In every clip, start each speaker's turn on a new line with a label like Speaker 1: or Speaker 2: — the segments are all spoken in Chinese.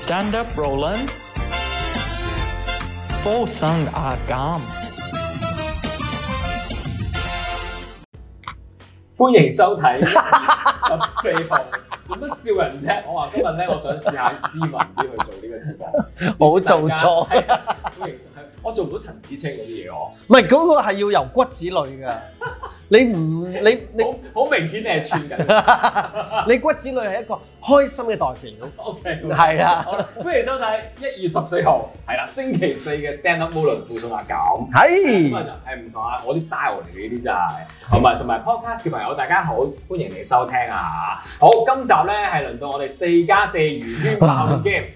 Speaker 1: Stand up, Roland. 附送阿感。
Speaker 2: 歡迎收睇十四號。做乜笑人啫？我話今日咧，我想試下斯文啲去做呢個節目。
Speaker 3: 冇 做錯
Speaker 2: 係啊歡迎收睇。我做唔到陳子清嗰啲嘢，我
Speaker 3: 唔係嗰個係要由骨子裏㗎。你唔你你
Speaker 2: 好好明顯你係串 緊。啊
Speaker 3: 你骨子裏係一個開心嘅代表。
Speaker 2: O K，
Speaker 3: 係啊，
Speaker 2: 好啦，歡迎收睇一月十四號，係啦，星期四嘅 Stand Up Mulan 附送阿減。咁
Speaker 3: 係
Speaker 2: 啊，誒唔同啊，我啲 style 嚟嘅呢啲真係，同埋同埋 podcast 嘅朋友，大家好，歡迎你收聽啊！好，今集咧係輪到我哋四加四娛圈爆
Speaker 3: 啊
Speaker 2: 嘅 game。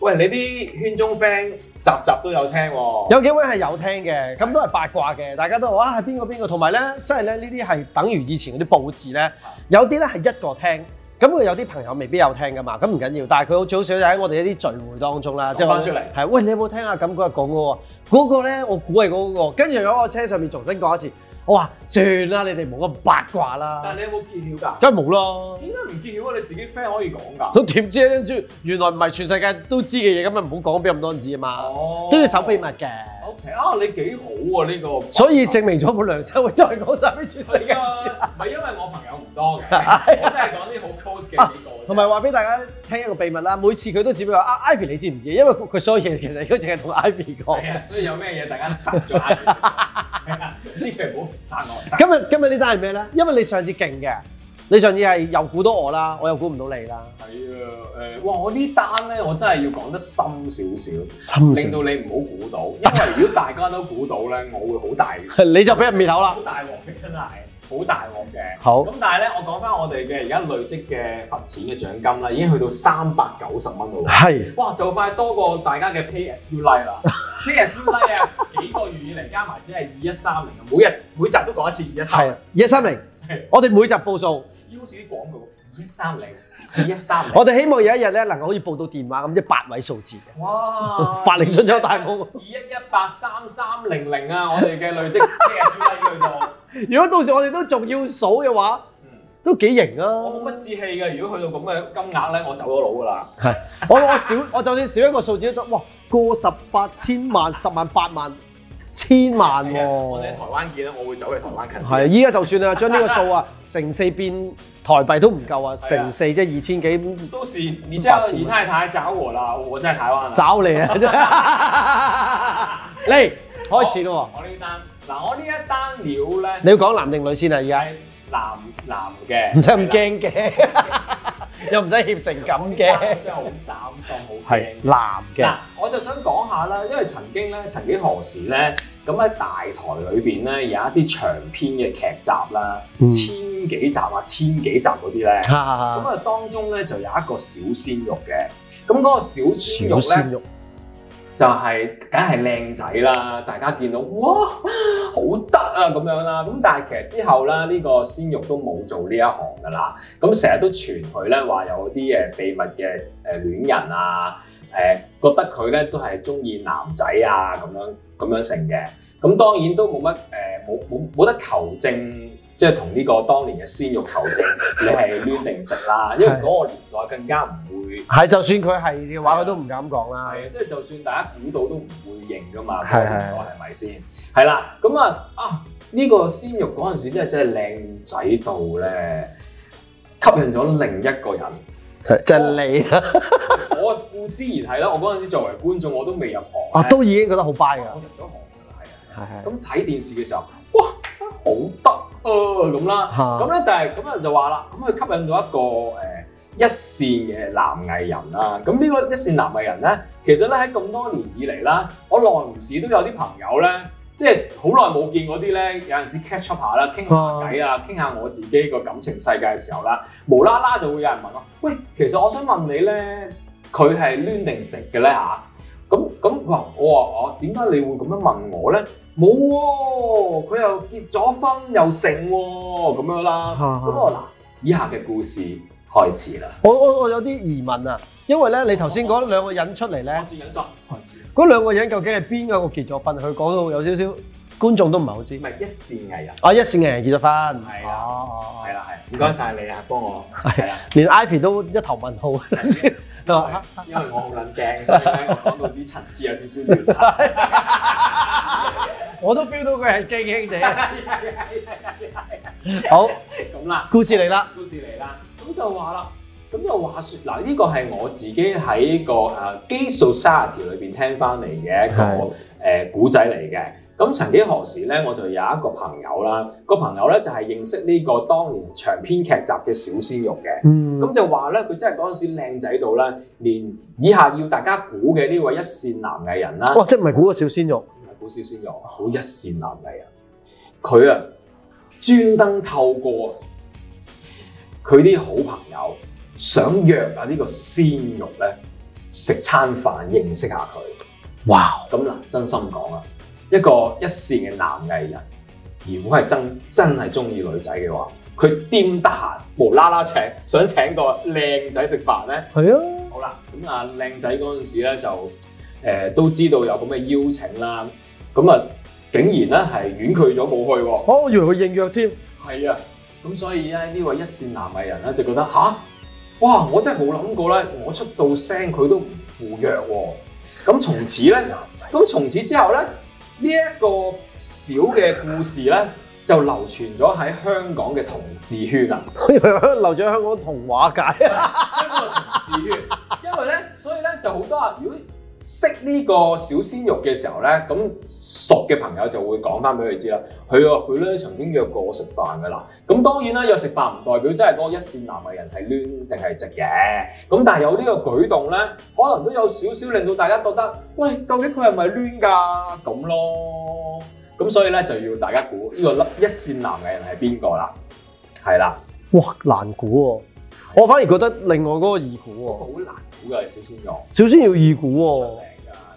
Speaker 2: 喂，你啲圈中 friend 集集都有聽喎、
Speaker 3: 有幾位係有聽嘅，咁都係八卦嘅，大家都話啊係邊個邊個，同埋咧，即係咧呢啲係等於以前嗰啲報紙咧，
Speaker 2: 啊
Speaker 3: 有啲咧係一個聽。咁佢有啲朋友未必有聽㗎嘛，咁唔緊要，但係佢好早少就喺我哋一啲聚會當中啦，即係
Speaker 2: 講返出嚟
Speaker 3: 係喂，你有冇聽啊？咁嗰日講嗰個，嗰、個咧我估係嗰個，跟住喺我車上面重新講一次，我話算啦，你哋冇咁八卦啦。
Speaker 2: 但係你有冇揭曉㗎？
Speaker 3: 梗係冇啦。
Speaker 2: 點解唔揭曉啊？你自己 friend 可以講㗎。
Speaker 3: 咁點知跟住原來唔係全世界都知嘅嘢，咁咪唔好講俾咁多人知啊嘛，
Speaker 2: 哦
Speaker 3: 都要守秘密。嘅。
Speaker 2: O、k 啊，你幾好喎、呢、個。
Speaker 3: 所以證明咗冇良心會再講晒 俾全世界
Speaker 2: 係
Speaker 3: 知。
Speaker 2: 啊，唔係因為我朋友唔多嘅，我都係講啲好 close 嘅幾個啫。
Speaker 3: 同埋話俾大家聽一個秘密啦，每次佢都只不過話啊，Ivy 你知唔知？因為佢佢所有嘢其實都淨係同 Ivy 講。
Speaker 2: 係啊，所以有咩嘢大家殺咗眼， 係啊千祈唔好殺我。殺
Speaker 3: 今日今日呢單係咩咧？因為你上次勁嘅，你上次係又估到我啦，我又估唔到你啦。
Speaker 2: 係啊，誒，哇！我呢單咧，我真係要講得深少少，
Speaker 3: 心
Speaker 2: 令到你唔好估到，因為如果大家都估到咧，我會好大
Speaker 3: 你就俾人滅口啦
Speaker 2: 好。大鑊嘅，真係好大鑊嘅。
Speaker 3: 好
Speaker 2: 咁，但係咧，我講翻我哋嘅而家累積嘅罰錢嘅獎金啦，已經去到三百九十蚊咯喎。
Speaker 3: 係
Speaker 2: 哇！就快多過大家嘅 PSU like 啦，PSU like 啊，幾個月以嚟加埋只係二一三零啊，每日每集都講一次二一三
Speaker 3: 係
Speaker 2: 零
Speaker 3: 啊。二三零
Speaker 2: 係，
Speaker 3: 我哋每集報數。
Speaker 2: 咦好似啲廣告，二一三零，二一三零，
Speaker 3: 我哋希望有一日咧，能夠好似報到電話咁，即係八位數字嘅。
Speaker 2: 哇！
Speaker 3: 法令進咗大帽
Speaker 2: 二一一八三三零零啊！我哋嘅累積 PSU 去到，
Speaker 3: 如果到時我哋都仲要數嘅話，
Speaker 2: 嗯，
Speaker 3: 都幾型啊！
Speaker 2: 我冇乜志氣嘅。如果去到咁嘅金額咧，我走咗佬噶啦。
Speaker 3: 我我少，我就算少一個數字都哇，過十八千萬、十萬、八萬、千萬
Speaker 2: 係
Speaker 3: 喎、
Speaker 2: 嘅我哋喺台灣見啦，我會走去台灣近啲。
Speaker 3: 係，依家就 算啊，將呢個數啊，乘四變台幣都唔夠啊，乘四即係二千幾，
Speaker 2: 到時你知道你太太找我啦，我真係台灣啦。
Speaker 3: 找你啊！ 嚟開始咯
Speaker 2: 我我呢單嗱，我呢一單料
Speaker 3: 喎，你
Speaker 2: 咧
Speaker 3: 要講男定女先啊？而家
Speaker 2: 係男男嘅，
Speaker 3: 唔使咁驚嘅， 又唔使怯成咁嘅，
Speaker 2: 真係好擔心，好
Speaker 3: 係
Speaker 2: 驚。
Speaker 3: 男嘅
Speaker 2: 嗱，，我就想講下啦，因為曾經咧，曾幾何時咧，咁喺大台裏邊咧，有一啲長篇嘅劇集啦，
Speaker 3: 嗯
Speaker 2: 千幾集啊，千幾集嗰啲咧，
Speaker 3: 哈哈哈
Speaker 2: 咁啊當中咧就有一個小鮮肉嘅，咁嗰個小鮮肉
Speaker 3: 小鮮
Speaker 2: 咧就係梗係靚仔啦，大家見到哇好得啊咁樣啦，咁但係其實之後啦，呢、個鮮肉都冇做呢一行噶啦，咁成日都傳佢咧話有啲誒呃秘密嘅誒戀人啊。誒、覺得佢咧都係中意男仔啊咁樣咁樣成嘅，咁當然都冇乜誒呃冇冇冇得求證，即係同呢個當年嘅鮮肉求證你係攣定直啦，因為嗰個年代更加唔會
Speaker 3: 係，就算佢係嘅話，佢都唔敢講啦。
Speaker 2: 係啊，即係就算大家估到都唔會認噶嘛，
Speaker 3: 係
Speaker 2: 嗰個年代係咪先？係啦，咁啊啊呢、個鮮肉嗰陣時真係真係靚仔到咧，吸引咗另一個人。
Speaker 3: 就係你啦，
Speaker 2: 我固之然係啦，我嗰陣時作為觀眾我都未入行
Speaker 3: 啊
Speaker 2: 呢
Speaker 3: 都已經覺得好 buy
Speaker 2: 我
Speaker 3: 㗎，
Speaker 2: 入咗行㗎啦，係啊。
Speaker 3: 係係
Speaker 2: 咁睇電視嘅時候，哇，真係好得啊咁啦。
Speaker 3: 嚇
Speaker 2: 咁咧就係咁啊，就話啦，咁佢吸引到一個誒、呃一線嘅男藝人啦。咁呢個一線男藝人咧，其實咧喺咁多年以嚟啦，我耐唔時都有啲朋友咧。即係好耐冇見嗰啲咧，有陣時 catch up 下啦，傾下偈啊，傾下我自己個感情世界嘅時候啦，無啦啦就會有人問我：喂，其實我想問你咧，佢係攣定直嘅咧嚇？咁咁佢話我話我點解你會咁樣問我咧？冇喎、佢又結咗婚又成喎、咁樣啦。
Speaker 3: 啊
Speaker 2: 咁我嗱，以下嘅故事開始啦。
Speaker 3: 我我我有啲疑問啊，因為咧你頭先嗰兩個人出嚟
Speaker 2: 我
Speaker 3: 咧，
Speaker 2: 住緊索開始，
Speaker 3: 嗰兩個人究竟係邊一個結咗婚？佢講到有少少觀眾都唔係好
Speaker 2: 唔
Speaker 3: 知。
Speaker 2: 係一線藝人，
Speaker 3: 啊，一線嘅人結咗婚，
Speaker 2: 係啊
Speaker 3: 哦，
Speaker 2: 係啦係，唔該晒你啊，幫我係啦。
Speaker 3: 連 Ivy 都一頭問號。
Speaker 2: 係因為我好撚驚，所以咧我講到啲層次有少少亂啦。
Speaker 3: 我都 feel 到佢係驚驚地。
Speaker 2: 好
Speaker 3: 好，
Speaker 2: 咁啦，
Speaker 3: 故事嚟啦，
Speaker 2: 故事嚟啦，咁就話啦，咁就話説嗱，呢個係我自己喺啊個誒 Gay Society 裏邊聽翻嚟嘅一
Speaker 3: 係
Speaker 2: 個誒古仔嚟嘅。咁曾幾何時咧，我就有一個朋友啦，個朋友咧就係認識呢個當年長篇劇集嘅小鮮肉嘅。
Speaker 3: 嗯
Speaker 2: 咁就話咧，佢真係嗰陣時靚仔到咧，連以下要大家估嘅呢位一線男藝人啦，
Speaker 3: 哇，即係唔係估個小鮮肉？
Speaker 2: 唔係估小鮮肉，好一線男藝人，佢啊專登透過佢啲好朋友，想約啊呢個鮮肉咧食餐飯，認識下佢。
Speaker 3: 哇！
Speaker 2: 咁嗱，真心講啊，一個一線嘅男藝人，如果係真真係中意女仔嘅話，佢掂得閒無啦啦請想請個靚仔食飯咧，
Speaker 3: 係啊，
Speaker 2: 好啦，咁啊靚仔嗰陣時咧就誒、呃都知道有咁嘅邀請啦，咁啊竟然咧係婉拒咗冇去喎，
Speaker 3: 哦我以為佢應約添。
Speaker 2: 係啊，咁所以咧呢位一線男藝人咧啊就覺得吓，哇！我真係冇諗過咧，我出到聲佢都唔赴約喎，咁從此咧。咁從此之後咧，呢、一個小嘅故事咧，就流傳咗喺香港嘅同志圈啊，
Speaker 3: 我以為留咗香港童話界。
Speaker 2: 香港嘅同志圈，因為咧，所以咧就好多啊，如果識呢個小鮮肉嘅時候咧，咁熟嘅朋友就會講翻俾佢知啦。佢啊，佢咧曾經約過我食飯噶啦。咁當然啦，約食飯唔代表真係嗰個一線男藝人係攣定係直嘅。咁但係有呢個舉動咧，可能都有少少令到大家覺得，喂，究竟佢係咪攣㗎咁咯？咁所以咧就要大家估呢個一線男藝人係邊個啦？係啦，
Speaker 3: 哇，難估喎！我反而覺得另外嗰個易估
Speaker 2: 好
Speaker 3: 喎，
Speaker 2: 難估㗎，小鮮肉。
Speaker 3: 小鮮肉易估喎。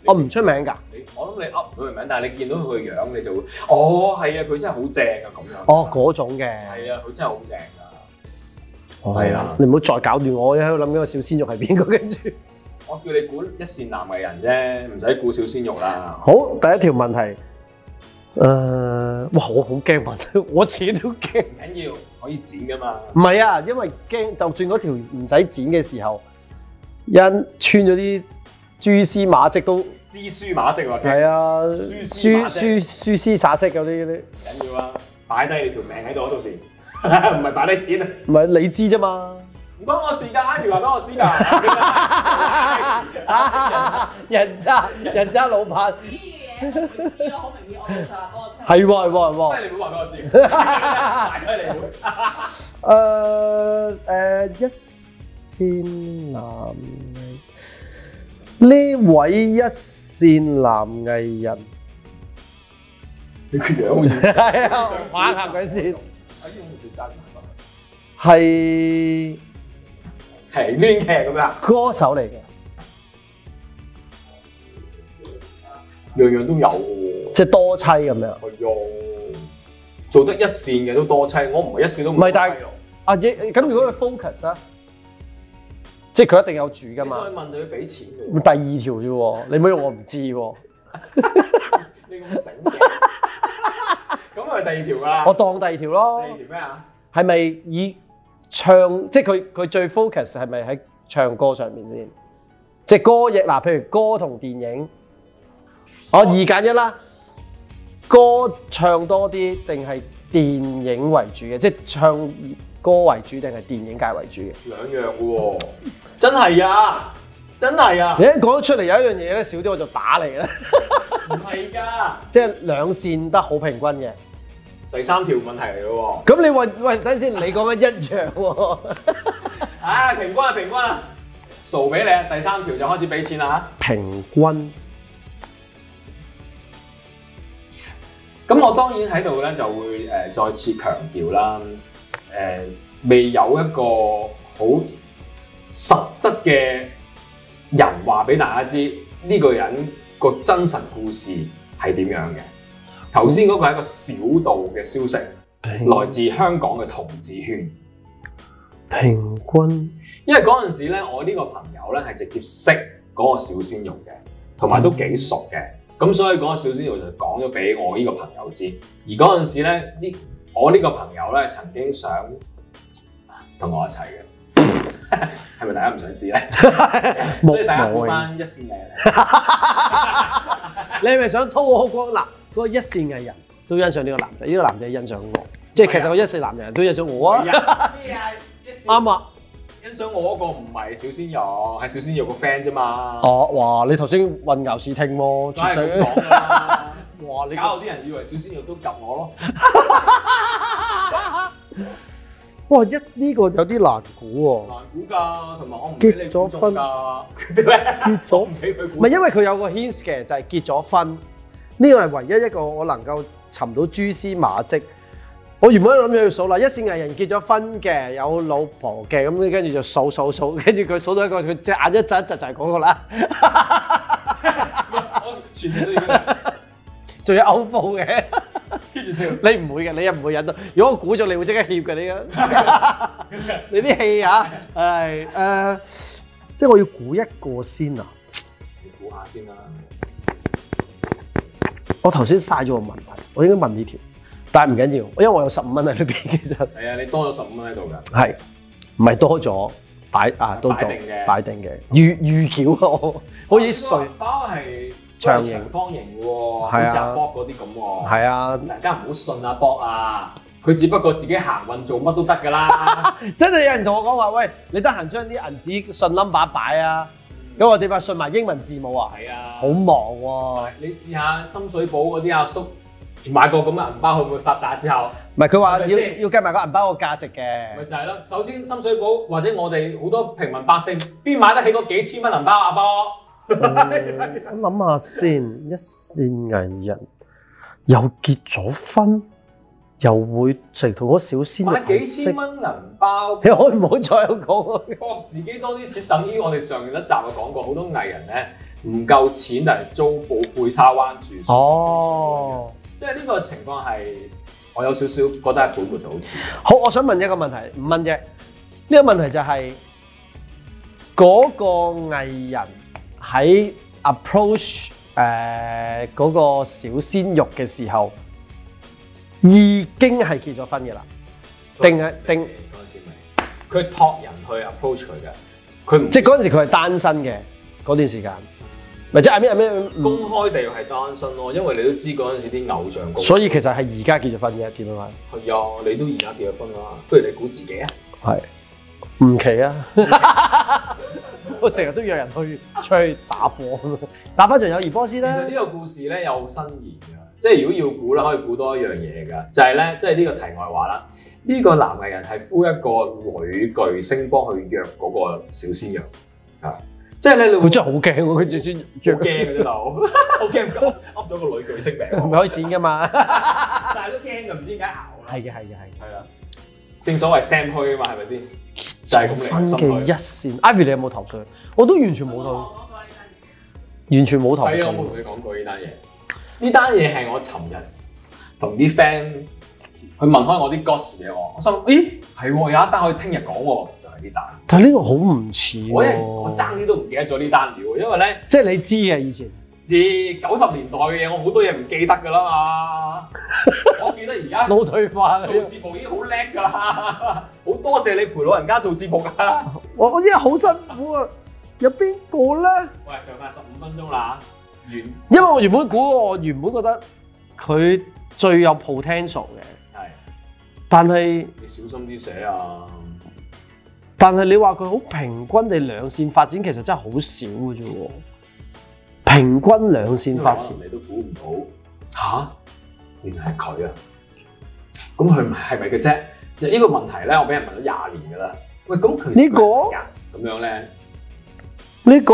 Speaker 2: 出名㗎，你
Speaker 3: 哦我唔出名㗎。
Speaker 2: 你我諗你噏唔到佢名，但係你見到佢個樣，你就會哦係啊，佢真係好正啊咁樣。
Speaker 3: 哦，嗰種嘅。
Speaker 2: 係啊，佢真係好正㗎。係
Speaker 3: 係
Speaker 2: 啊
Speaker 3: 你唔好再搞亂我，我喺度諗緊個小鮮肉係邊個，跟住。
Speaker 2: 我叫你估一線男藝人啫，唔使估小鮮肉啦。
Speaker 3: 好，第一條問題。誒、呃哇！我好驚問， 我自己都驚。
Speaker 2: 唔緊要，可以剪㗎嘛。
Speaker 3: 唔係啊，因為驚，就算嗰條唔使剪嘅時候，因穿咗啲蛛絲馬跡都
Speaker 2: 知書馬跡喎，
Speaker 3: 係
Speaker 2: 唔
Speaker 3: 啊，
Speaker 2: 蛛絲
Speaker 3: 蛛
Speaker 2: 馬跡
Speaker 3: 蛛蛛絲灑色嗰啲啲，
Speaker 2: 緊要啊，擺低你條命喺度，到時 唔係擺低錢啊，
Speaker 3: 唔係你知啫嘛。
Speaker 2: 唔關我事㗎，Ivy 話俾我知 㗎。
Speaker 3: 人渣人渣老闆，
Speaker 4: 知嘅嘢，我唔知咯，好明顯我老實話俾我聽。
Speaker 3: 係喎係喎係
Speaker 2: 犀
Speaker 3: 喎。
Speaker 2: 利會話俾我 知，大犀利會。
Speaker 3: 誒誒、呃一線男藝呢位一線男藝人，
Speaker 2: 你個樣好似〜
Speaker 3: 係
Speaker 2: 啊玩下
Speaker 3: 佢先，
Speaker 2: 哎呀，我最憎
Speaker 3: 係
Speaker 2: 係亂劇咁樣，
Speaker 3: 歌手嚟嘅，
Speaker 2: 樣樣都有喎。
Speaker 3: 即係多妻咁樣。
Speaker 2: 係用做得一線嘅都多妻，我唔係一線都唔
Speaker 3: 唔係
Speaker 2: 多妻
Speaker 3: 但係
Speaker 2: 咯。
Speaker 3: 啊，亦咁如果佢 focus 啊啦，即係佢一定有主噶
Speaker 2: 你再
Speaker 3: 嘛。
Speaker 2: 問就要俾錢
Speaker 3: 咁
Speaker 2: 嘅
Speaker 3: 第二條啫喎，你咪用我唔知喎，
Speaker 2: 你咁醒嘅， 咁咪第二條㗎啦。
Speaker 3: 我當第二條咯
Speaker 2: 第二。條咩啊？
Speaker 3: 係咪以唱，即係佢佢最 focus 係咪喺唱歌上面先？即係歌亦嗱，譬如歌同電影，我二揀一啦。歌唱多啲定係電影為主嘅，即係唱歌為主定係電影界為主嘅？
Speaker 2: 兩樣嘅喎，真係啊，真係啊
Speaker 3: 你，一講出嚟有一樣嘢咧少啲，我就打你 啦。
Speaker 2: 唔係㗎。
Speaker 3: 即係兩線得好平均嘅。
Speaker 2: 第三條問題嚟嘅喎，
Speaker 3: 咁你話喂，等陣先，你講緊一樣喎，
Speaker 2: 啊平均啊平均啊，數俾你啊，第三條就開始俾錢啦
Speaker 3: 平均
Speaker 2: 嚇。咁我當然喺度咧就會誒、呃再次強調啦，誒、未有一個好實質嘅人話俾大家知呢、個人個真實故事係點樣嘅。頭先嗰個係一個小道嘅消息，來自香港嘅同志圈。
Speaker 3: 平均。
Speaker 2: 因為嗰陣時咧，我呢個朋友咧係直接識嗰個小鮮肉嘅，同埋都幾熟嘅，咁所以嗰個小鮮肉就講咗俾我呢個朋友知。而嗰陣時咧，呢我呢個朋友咧曾經想同我一齊嘅， 係咪大家唔想知 咧？
Speaker 3: 冇
Speaker 2: 所以大家估
Speaker 3: 冇啊
Speaker 2: 翻一線藝人
Speaker 3: 你係咪想滔我光嗱？嗰個一線藝人都欣賞呢個男仔，呢、個男仔欣賞我，即係其實個一線男人都欣賞我啊。
Speaker 2: 係啊
Speaker 4: 咩啊？一時
Speaker 3: 啱啊！
Speaker 2: 欣賞我嗰個唔係小鮮肉，係小鮮肉個 friend 啫嘛。
Speaker 3: 哦，哇！你頭先混淆視聽喎，
Speaker 2: 梗係咁
Speaker 3: 絕對。
Speaker 2: 講啦，
Speaker 3: 哇！你
Speaker 2: 搞到啲人以為小鮮肉都及我咯。
Speaker 3: 哇一呢、個有啲難估喎、
Speaker 2: 難估㗎，同埋我唔俾你估中㗎， 佢哋咧
Speaker 3: 結咗
Speaker 2: 唔俾佢估。
Speaker 3: 唔係因為佢有個 hints 嘅，就係、結咗婚，呢個係唯一一個我能夠尋到蛛絲馬跡。我原本諗住要數啦，一線藝人結咗婚嘅，有老婆嘅，咁跟住就數數數，跟住佢數到一個，佢隻眼一窒一窒就係嗰個啦，
Speaker 2: 我全程都要咁
Speaker 3: 仲有 OFO 嘅，
Speaker 2: 跟住笑。
Speaker 3: 你唔會嘅，你又唔會忍到。如果我估咗，你會即刻怯嘅 你嘅，你啲戲啊，係誒、呃即係我要估一個先啊！
Speaker 2: 你估下先啦，
Speaker 3: 我頭先嘥咗個問題，我應該問呢條，但係唔緊要，因為我有十五蚊喺裏邊，其實。
Speaker 2: 係啊，你多咗十五蚊喺度㗎。
Speaker 3: 係，唔係多咗擺啊，多
Speaker 2: 擺定嘅
Speaker 3: 咗擺定嘅預預橋啊，我好似睡
Speaker 2: 包係
Speaker 3: 長形
Speaker 2: 長方形喎，
Speaker 3: 係
Speaker 2: 好
Speaker 3: 啊
Speaker 2: 似阿 Bob 嗰啲咁喎。
Speaker 3: 係啊，
Speaker 2: 大家唔好信阿 Bob 啊，佢只不過自己行運做乜都得㗎 啦。
Speaker 3: 真係有人同我講話，喂，你得閒將啲銀紙順 number 擺啊，咁我點啊順埋英文字母啊，
Speaker 2: 係啊，
Speaker 3: 好忙喎、
Speaker 2: 你試下深水埗嗰啲阿叔買個咁嘅銀包，會唔會發達之後？
Speaker 3: 唔係佢話
Speaker 2: 係咪
Speaker 3: 要
Speaker 2: 先
Speaker 3: 要計埋個銀包個價值
Speaker 2: 咪
Speaker 3: 嘅，
Speaker 2: 就係咯，首先深水埗或者我哋好多平民百姓，邊買得起嗰幾千蚊銀包啊？波，
Speaker 3: 我諗下先，一線藝人又結咗婚，又會成同嗰小鮮
Speaker 2: 買幾
Speaker 3: 肉
Speaker 2: 千蚊銀包，
Speaker 3: 你可以唔好再講啊
Speaker 2: 搏自己多啲錢，等於我哋上一集啊講過，好多藝人咧唔夠錢嚟租寶貝沙灣住，
Speaker 3: 哦。
Speaker 2: 即係呢個情況係我有少少覺得係本末倒置。
Speaker 3: 好，我想問一個問題，五蚊啫。呢、個問題就係、嗰、個藝人喺 approach 誒、嗰、個小鮮肉嘅時候，已經係結咗婚嘅啦。定係定
Speaker 2: 嗰陣時未，佢託人去 approach 佢嘅，佢唔
Speaker 3: 即係嗰陣時佢係單身嘅嗰段時間，咪即係咩咩
Speaker 2: 公開地係單身咯，因為你都知嗰陣時啲偶像公司
Speaker 3: 所以其實係而家結咗婚嘅，只不過
Speaker 2: 係啊，你都而家結咗婚啦，不如你估自己啊？
Speaker 3: 係係唔奇啊！ 我成日都約人去出去打波，打翻場友誼波先
Speaker 2: 其
Speaker 3: 啦
Speaker 2: 實。呢個故事咧有新意㗎，即係如果要估咧，可以估多一樣嘢㗎，就係咧，即係呢個題外話啦。呢、個男藝人係呼一個女巨星幫佢約嗰個小鮮肉啊，即係咧你會
Speaker 3: 佢真係好驚喎，佢最先
Speaker 2: 好驚嘅啫，佬， 好驚唔敢噏咗個女巨星名
Speaker 3: 唔
Speaker 2: 喎，
Speaker 3: 可以剪噶嘛？
Speaker 2: 但係都驚㗎，唔知點解咬啦。
Speaker 3: 係嘅，係嘅，係嘅。
Speaker 2: 係啊，正所謂 Sam 虛啊嘛，係咪先？就係咁嚟
Speaker 3: 分
Speaker 2: 心
Speaker 3: 嘅一
Speaker 2: 虛。
Speaker 3: 線，Ivy 你有冇頭緒？我都完全冇頭，
Speaker 4: 我講呢單嘢
Speaker 3: 完全冇頭
Speaker 2: 係啊，我冇
Speaker 3: 緒。
Speaker 2: 同你講過呢單嘢。呢單嘢係我尋日同啲 friend 去問開我啲 goss 嘢喎，我心諗，咦係喎，有一單可以聽日講喎，就係呢單。
Speaker 3: 但係呢個好唔似
Speaker 2: 我一我爭
Speaker 3: 喎，
Speaker 2: 啲都唔記得咗呢單料，因為咧
Speaker 3: 即係你知嘅以前。
Speaker 2: 自九十年代嘅嘢，我好多嘢唔記得㗎啦嘛。我記得而 家
Speaker 3: 腦退化啦
Speaker 2: 做節目已經好叻㗎啦， 好多謝你陪老人家做節目啊㗎。
Speaker 3: 我我依家好辛苦啊！有邊個咧？
Speaker 2: 喂，就快十五分鐘啦，完。
Speaker 3: 因為我原本估，我原本覺得佢最有 potential 嘅，
Speaker 2: 係，
Speaker 3: 但係
Speaker 2: 你小心啲寫啊！
Speaker 3: 但係你話佢好平均地兩線發展，其實真係好少嘅啫喎。平均兩線發展
Speaker 2: 因為可。能你都估唔到吓，原來係佢啊！咁佢係咪嘅啫？就呢個問題咧，我俾人問咗廿年㗎啦。喂，咁佢
Speaker 3: 呢個
Speaker 2: 個咁樣 咧，
Speaker 3: 呢個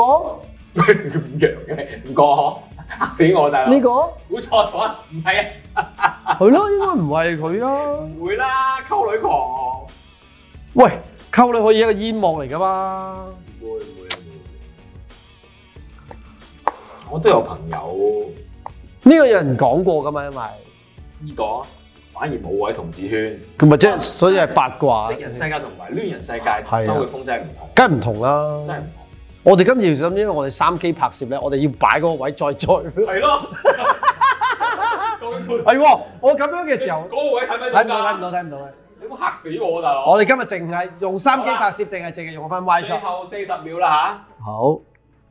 Speaker 2: 佢唔樣嘅，唔過呵嚇死我大佬！
Speaker 3: 呢個
Speaker 2: 估錯咗啊？唔係
Speaker 3: 係咯，應該唔係佢啊
Speaker 2: 啊，。唔會啦，溝女狂
Speaker 3: 喂，溝女可以一個煙幕嚟噶嘛？
Speaker 2: 唔會唔會唔會我都有朋友
Speaker 3: 呢個有人講過噶嘛，因為
Speaker 2: 呢個，反而冇位同志圈。
Speaker 3: 咁咪即係所以係八卦，
Speaker 2: 職人世界同埋戀人世
Speaker 3: 啊
Speaker 2: 界生活風真係唔同，
Speaker 3: 梗係唔同啦。
Speaker 2: 真係唔
Speaker 3: 我哋今次要小心，因為我哋三機拍攝咧，我哋要擺嗰個位再再。
Speaker 2: 同。係咯，究竟佢
Speaker 3: 係喎，我咁樣嘅時候
Speaker 2: 嗰個位睇唔睇
Speaker 3: 睇唔
Speaker 2: 到
Speaker 3: 到，睇
Speaker 2: 㗎？
Speaker 3: 唔到，睇唔到嘅。
Speaker 2: 你冇嚇死我啊大佬！
Speaker 3: 我哋今日淨係用三機拍攝定係淨係用翻 Y
Speaker 2: 最
Speaker 3: shot？
Speaker 2: 後四十秒啦
Speaker 3: 好，唔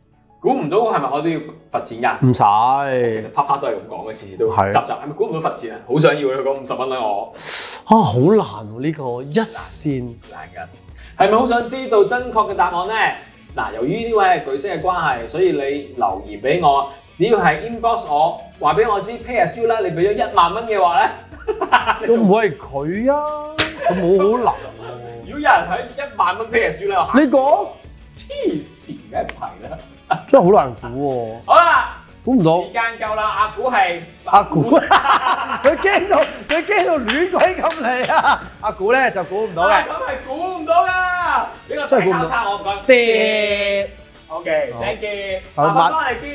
Speaker 2: 吓，估唔到係咪我都要罰錢㗎？
Speaker 3: 使，啊
Speaker 2: 啪啪都係咁講嘅，次次都集集
Speaker 3: 係
Speaker 2: 係咪估唔到罰錢啊？好想要佢講五十蚊啦我，
Speaker 3: 啊好難喎呢個一線，
Speaker 2: 難㗎。係咪好想知道真確嘅答案呢？嗱，由於呢位係巨星嘅關係，所以你留言俾我，只要係 inbox 我，話俾我知 pair 書啦，你俾咗一萬蚊嘅話 咧，你
Speaker 3: 都
Speaker 2: 仲
Speaker 3: 唔會係佢啊，佢冇好
Speaker 2: 如果有人喺一萬蚊 pair 書咧，我嚇死
Speaker 3: 你講
Speaker 2: 我黐線嘅唔係啦。
Speaker 3: 難，真係好難估喎，
Speaker 2: 好啦，
Speaker 3: 估唔到
Speaker 2: 時。間夠啦，阿古係
Speaker 3: 阿古，佢驚到佢驚到亂鬼咁嚟啊！阿古咧就估唔到
Speaker 2: 係
Speaker 3: 嘅，
Speaker 2: 咁係估唔到㗎，呢個
Speaker 3: 真係
Speaker 2: 大
Speaker 3: 估唔到
Speaker 2: 交叉我唔該。
Speaker 3: 跌，
Speaker 2: OK，thank you，À,
Speaker 3: 好
Speaker 2: 下晚翻嚟見。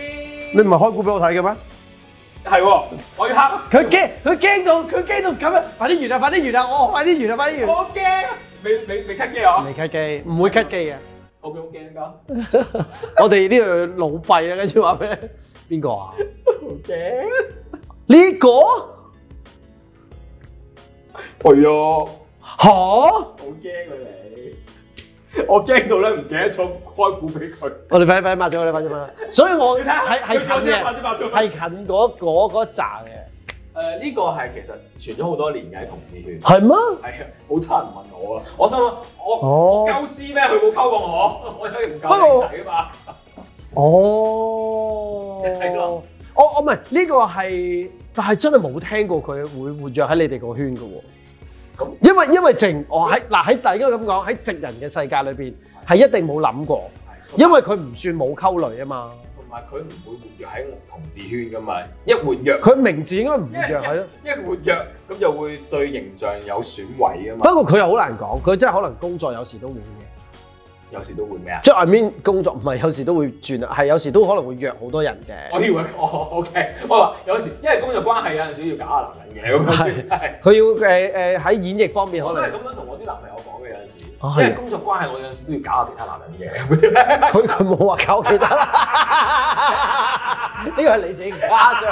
Speaker 3: 你唔係開股俾我睇嘅咩？
Speaker 2: 係喎，我 要黑。
Speaker 3: 佢驚佢驚到佢驚到咁樣，快啲完啦！快啲完啦！我快啲完啦！快啲完！
Speaker 2: 我驚，未未未 cut 機我，
Speaker 3: 未 cut 機，唔會 cut 機嘅。
Speaker 2: 我會好驚㗎，好
Speaker 3: 我哋呢度老閉啦，跟住話俾你邊個啊？
Speaker 2: 驚。
Speaker 3: 呢個
Speaker 2: 係啊，
Speaker 3: 嚇！
Speaker 2: 好驚佢你。我驚到咧，唔記得咗開股俾佢。
Speaker 3: 我哋快啲快啲抹咗佢啦，快啲抹咗。所以我
Speaker 2: 你睇下，
Speaker 3: 係
Speaker 2: 佢
Speaker 3: 係近
Speaker 2: 先八
Speaker 3: 嘅，
Speaker 2: 點八鐘。
Speaker 3: 係近嗰嗰嗰扎嘅，
Speaker 2: 誒，呢個係其實傳咗好多年嘅喺同志圈。
Speaker 3: 係咩？
Speaker 2: 係啊，好多人問我啊，我心諗我
Speaker 3: 哦
Speaker 2: 鳩知咩？佢冇溝過我，我因為唔夠
Speaker 3: 不過
Speaker 2: 靚仔啊嘛。
Speaker 3: 哦，
Speaker 2: 係咯
Speaker 3: 我我唔係呢個係，但係真係冇聽過佢會活躍喺你哋個圈嘅喎。
Speaker 2: 咁
Speaker 3: 因為因為直我喺嗱喺大家咁講喺直人嘅世界裏邊係一定冇諗過，因為佢唔算冇溝女啊嘛，
Speaker 2: 同埋佢唔會活躍喺同志圈噶嘛，一活躍，
Speaker 3: 佢名字應該唔活躍係咯。
Speaker 2: 一活躍咁就會對形象有損毀啊嘛。
Speaker 3: 不過佢又好難講，佢真係可能工作有時都會嘅，
Speaker 2: 有時都會咩啊？
Speaker 3: 即係 I mean 工作唔係有時都會轉啊，係有時都可能會約好多人
Speaker 2: 我
Speaker 3: 嘅。
Speaker 2: 以為我 OK，我話有時因為工作關係有陣時要假下男人嘅咁樣，係
Speaker 3: 佢要誒誒喺演繹方面可
Speaker 2: 我都係
Speaker 3: 能
Speaker 2: 咁樣同我啲男朋友講嘅有陣時，
Speaker 3: 啊
Speaker 2: 因
Speaker 3: 係啊
Speaker 2: 為工作關係我有陣時都要假下其他男人嘅咁樣咧。
Speaker 3: 佢佢冇話搞其他 啦，呢個係你自己加上去。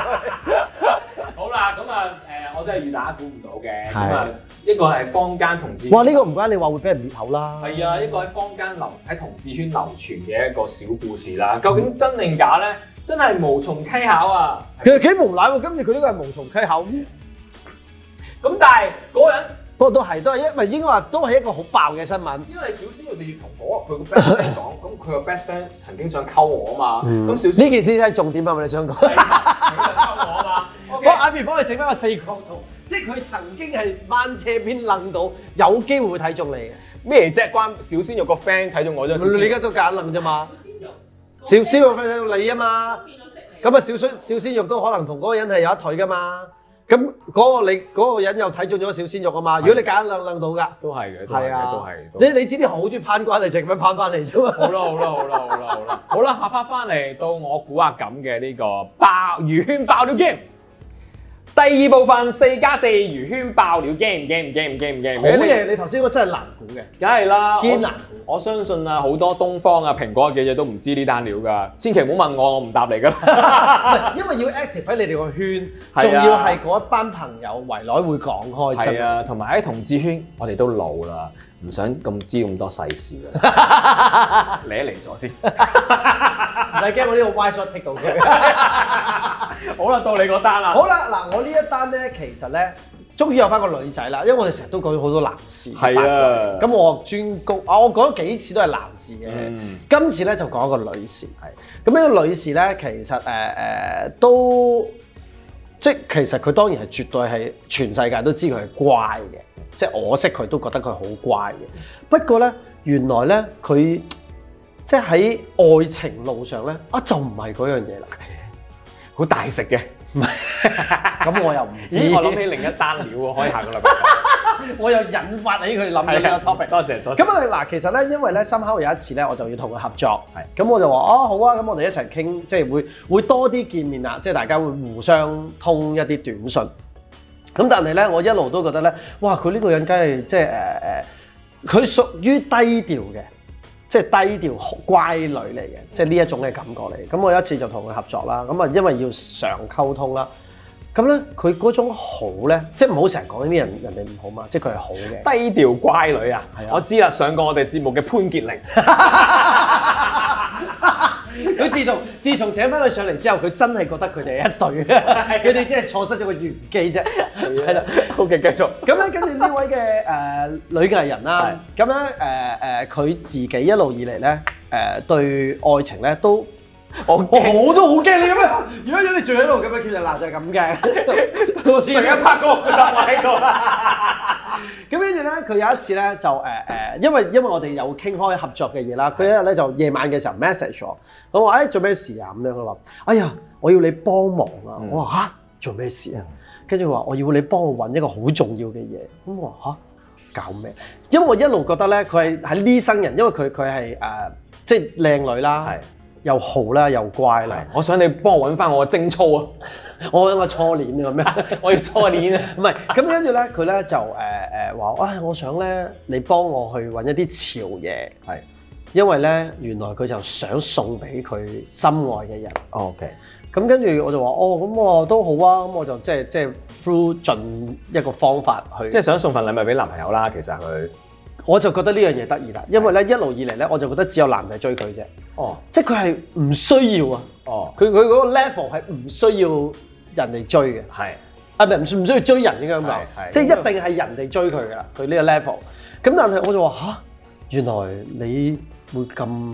Speaker 2: 好啦，咁啊誒，我真係預大家估唔到嘅，
Speaker 3: 係
Speaker 2: 咁啊一個係坊間同志，
Speaker 3: 哇！呢、個唔關你話會俾人滅口啦。
Speaker 2: 係啊，一個喺坊間流喺同志圈流傳嘅一個小故事啦。究竟真定假咧？真係無從稽考啊！
Speaker 3: 其實幾無賴喎，今次佢呢個係無從稽考，咁
Speaker 2: 咁但係嗰個人
Speaker 3: 不過都係都係因為應該話都係一個好爆嘅新聞。
Speaker 2: 因為小鮮肉直接同我佢個 best friend 講，咁佢個 best friend 曾經想溝我啊嘛，咁小鮮
Speaker 3: 呢件事真係重點係咪你 想講？
Speaker 2: 係想溝我啊 嘛，OK
Speaker 3: 我阿面幫佢整翻個四角圖，即係佢曾經係掹車邊楞到，有機會會睇中你嘅。
Speaker 2: 咩啫？關小鮮肉個 friend 睇中我啫，小
Speaker 3: 你
Speaker 2: 鮮
Speaker 3: 而
Speaker 2: 肉
Speaker 3: 家都揀楞啫嘛，小
Speaker 4: 小
Speaker 3: 鮮
Speaker 4: 鮮
Speaker 3: 肉
Speaker 4: 肉，
Speaker 3: 睇中你啊嘛。
Speaker 4: 變咗識你
Speaker 3: 咁啊，小鮮小鮮肉都可能同嗰個人係有一腿噶嘛。咁嗰個你嗰個人又睇中咗小鮮肉啊嘛。如果你揀楞楞到㗎，
Speaker 2: 都係嘅，都係
Speaker 3: 係
Speaker 2: 嘅，都
Speaker 3: 啊
Speaker 2: 係。，都
Speaker 3: 你
Speaker 2: 係
Speaker 3: 你知啲好中意攀關嚟，就咁樣攀翻嚟啫嘛。
Speaker 2: 好啦好啦好啦好啦好啦，好啦，下 part 翻嚟到我估下咁嘅呢個爆魚圈爆料 game。第二部分四加四魚圈爆料 game game game game game，
Speaker 3: 好嘢，你頭先嗰個真係難 估嘅。
Speaker 2: 梗係啦，
Speaker 3: 堅難
Speaker 2: 我我相信啊，好多東方啊、蘋果嘅記者都唔知呢單料㗎，千祈唔好問我，我唔答你㗎
Speaker 3: 唔
Speaker 2: 啦。
Speaker 3: 係因為要 active 喺你哋個圈，
Speaker 2: 係啊
Speaker 3: 仲要係嗰一班朋友圍內會講開
Speaker 2: 係
Speaker 3: 真
Speaker 2: 啊，同埋喺同志圈，我哋都老啦，唔想咁知咁多世事啦。嚟一嚟咗先，
Speaker 3: 唔使驚，我呢個 Y shot 剔到 佢。
Speaker 2: 好啦，到你嗰單啦。
Speaker 3: 好啦，嗱，我呢一單咧，其實咧，終於有翻個女仔啦，因為我哋成日都講咗好多男士。
Speaker 2: 係啊，
Speaker 3: 咁我專攻啊，我講咗幾次都係男士嘅，
Speaker 2: 嗯
Speaker 3: 今次咧就講一個女士。係咁呢個女士咧，其實誒誒、呃都即係其實佢當然係絕對係全世界都知佢係乖嘅，即係我識佢都覺得佢好乖嘅。不過咧，原來咧佢即係喺愛情路上咧啊，就唔係嗰樣嘢啦。
Speaker 2: 好大食嘅。
Speaker 3: 咁我又唔知，
Speaker 2: 咦，我諗起另一單料喎，可以下個 禮拜 啊
Speaker 3: 我又引發起佢諗起呢個 topic
Speaker 2: 講。。多謝多謝。
Speaker 3: 咁啊嗱，其實咧，因為咧，深口有一次咧，我就要同佢合作，
Speaker 2: 係
Speaker 3: 咁我就話哦好啊，咁我哋一齊傾，即係會會多啲見面啊啦，即係大家會互相通一啲短信。咁但係咧，我一路都覺得咧，哇！佢呢個人梗係即係誒誒，佢、屬於低調嘅，即係低調乖女嚟嘅，即係呢一種嘅感覺嚟。咁我有一次就同佢合作啦，咁啊因為要常溝通啦，咁咧佢嗰種好咧，即係唔好成日講呢啲人人哋唔好嘛，即係佢係好嘅。
Speaker 2: 低調乖女啊
Speaker 3: 係啊！
Speaker 2: 我知啦，上過我哋節目嘅潘潔玲，
Speaker 3: 佢自從自從請翻佢上嚟之後，佢真係覺得佢哋係 一對，佢哋只係錯失咗個玄機啫。係啊啦，
Speaker 2: ，OK，繼續。
Speaker 3: 咁咧跟住呢位嘅誒、呃女藝人啦，咁咧誒誒呃佢自己一路以嚟咧誒對愛情咧都。
Speaker 2: 我
Speaker 3: 我
Speaker 2: 驚
Speaker 3: 好都好驚你咁樣，如果你住喺度咁樣，其實嗱就係咁 嘅。我
Speaker 2: 上一拍嗰個答案喺度啦。
Speaker 3: 咁跟住咧，佢有一次咧就誒誒、呃因為因為我哋有傾開合作嘅嘢啦，佢一日咧就夜晚嘅時候 message 我，我話誒做咩事啊咁樣，佢話哎呀我要你幫忙啊，
Speaker 2: 嗯
Speaker 3: 我話吓，做咩事啊？跟住佢話我要你幫我揾一個好重要嘅嘢，咁我話吓，搞咩？因為我一路覺得咧佢係喺呢生人，因為佢佢係誒即係靚女啦
Speaker 2: 係，
Speaker 3: 又好啦又乖啦
Speaker 2: 係，，我想你幫我揾翻我嘅貞操啊！
Speaker 3: 我有個初戀啊咁樣。
Speaker 2: 我要初戀啊！
Speaker 3: 唔係，咁跟住咧，佢咧就誒誒話，啊、我想咧你幫我去揾一啲潮嘢，
Speaker 2: 係
Speaker 3: 因為咧原來佢就想送俾佢心愛嘅人。
Speaker 2: ，OK，
Speaker 3: 咁跟住我就話，哦，咁我都好啊，咁我就即係即係 through 盡一個方法去，
Speaker 2: 即
Speaker 3: 即
Speaker 2: 係
Speaker 3: 係
Speaker 2: 想送份禮物俾男朋友啦。其實佢，
Speaker 3: 我就覺得呢樣嘢得意啦，因為咧一路以嚟咧，我就覺得只有男仔追佢啫，
Speaker 2: 哦
Speaker 3: 即係佢係唔需要啊，
Speaker 2: 哦，
Speaker 3: 佢佢嗰個 level 係唔需要人哋追嘅。
Speaker 2: 係
Speaker 3: 啊，唔係唔需唔需要追人應該咁
Speaker 2: 係
Speaker 3: 講，
Speaker 2: 係
Speaker 3: 即係一定係人哋追佢㗎啦，佢呢個 level。咁但係我就話吓，原來你會咁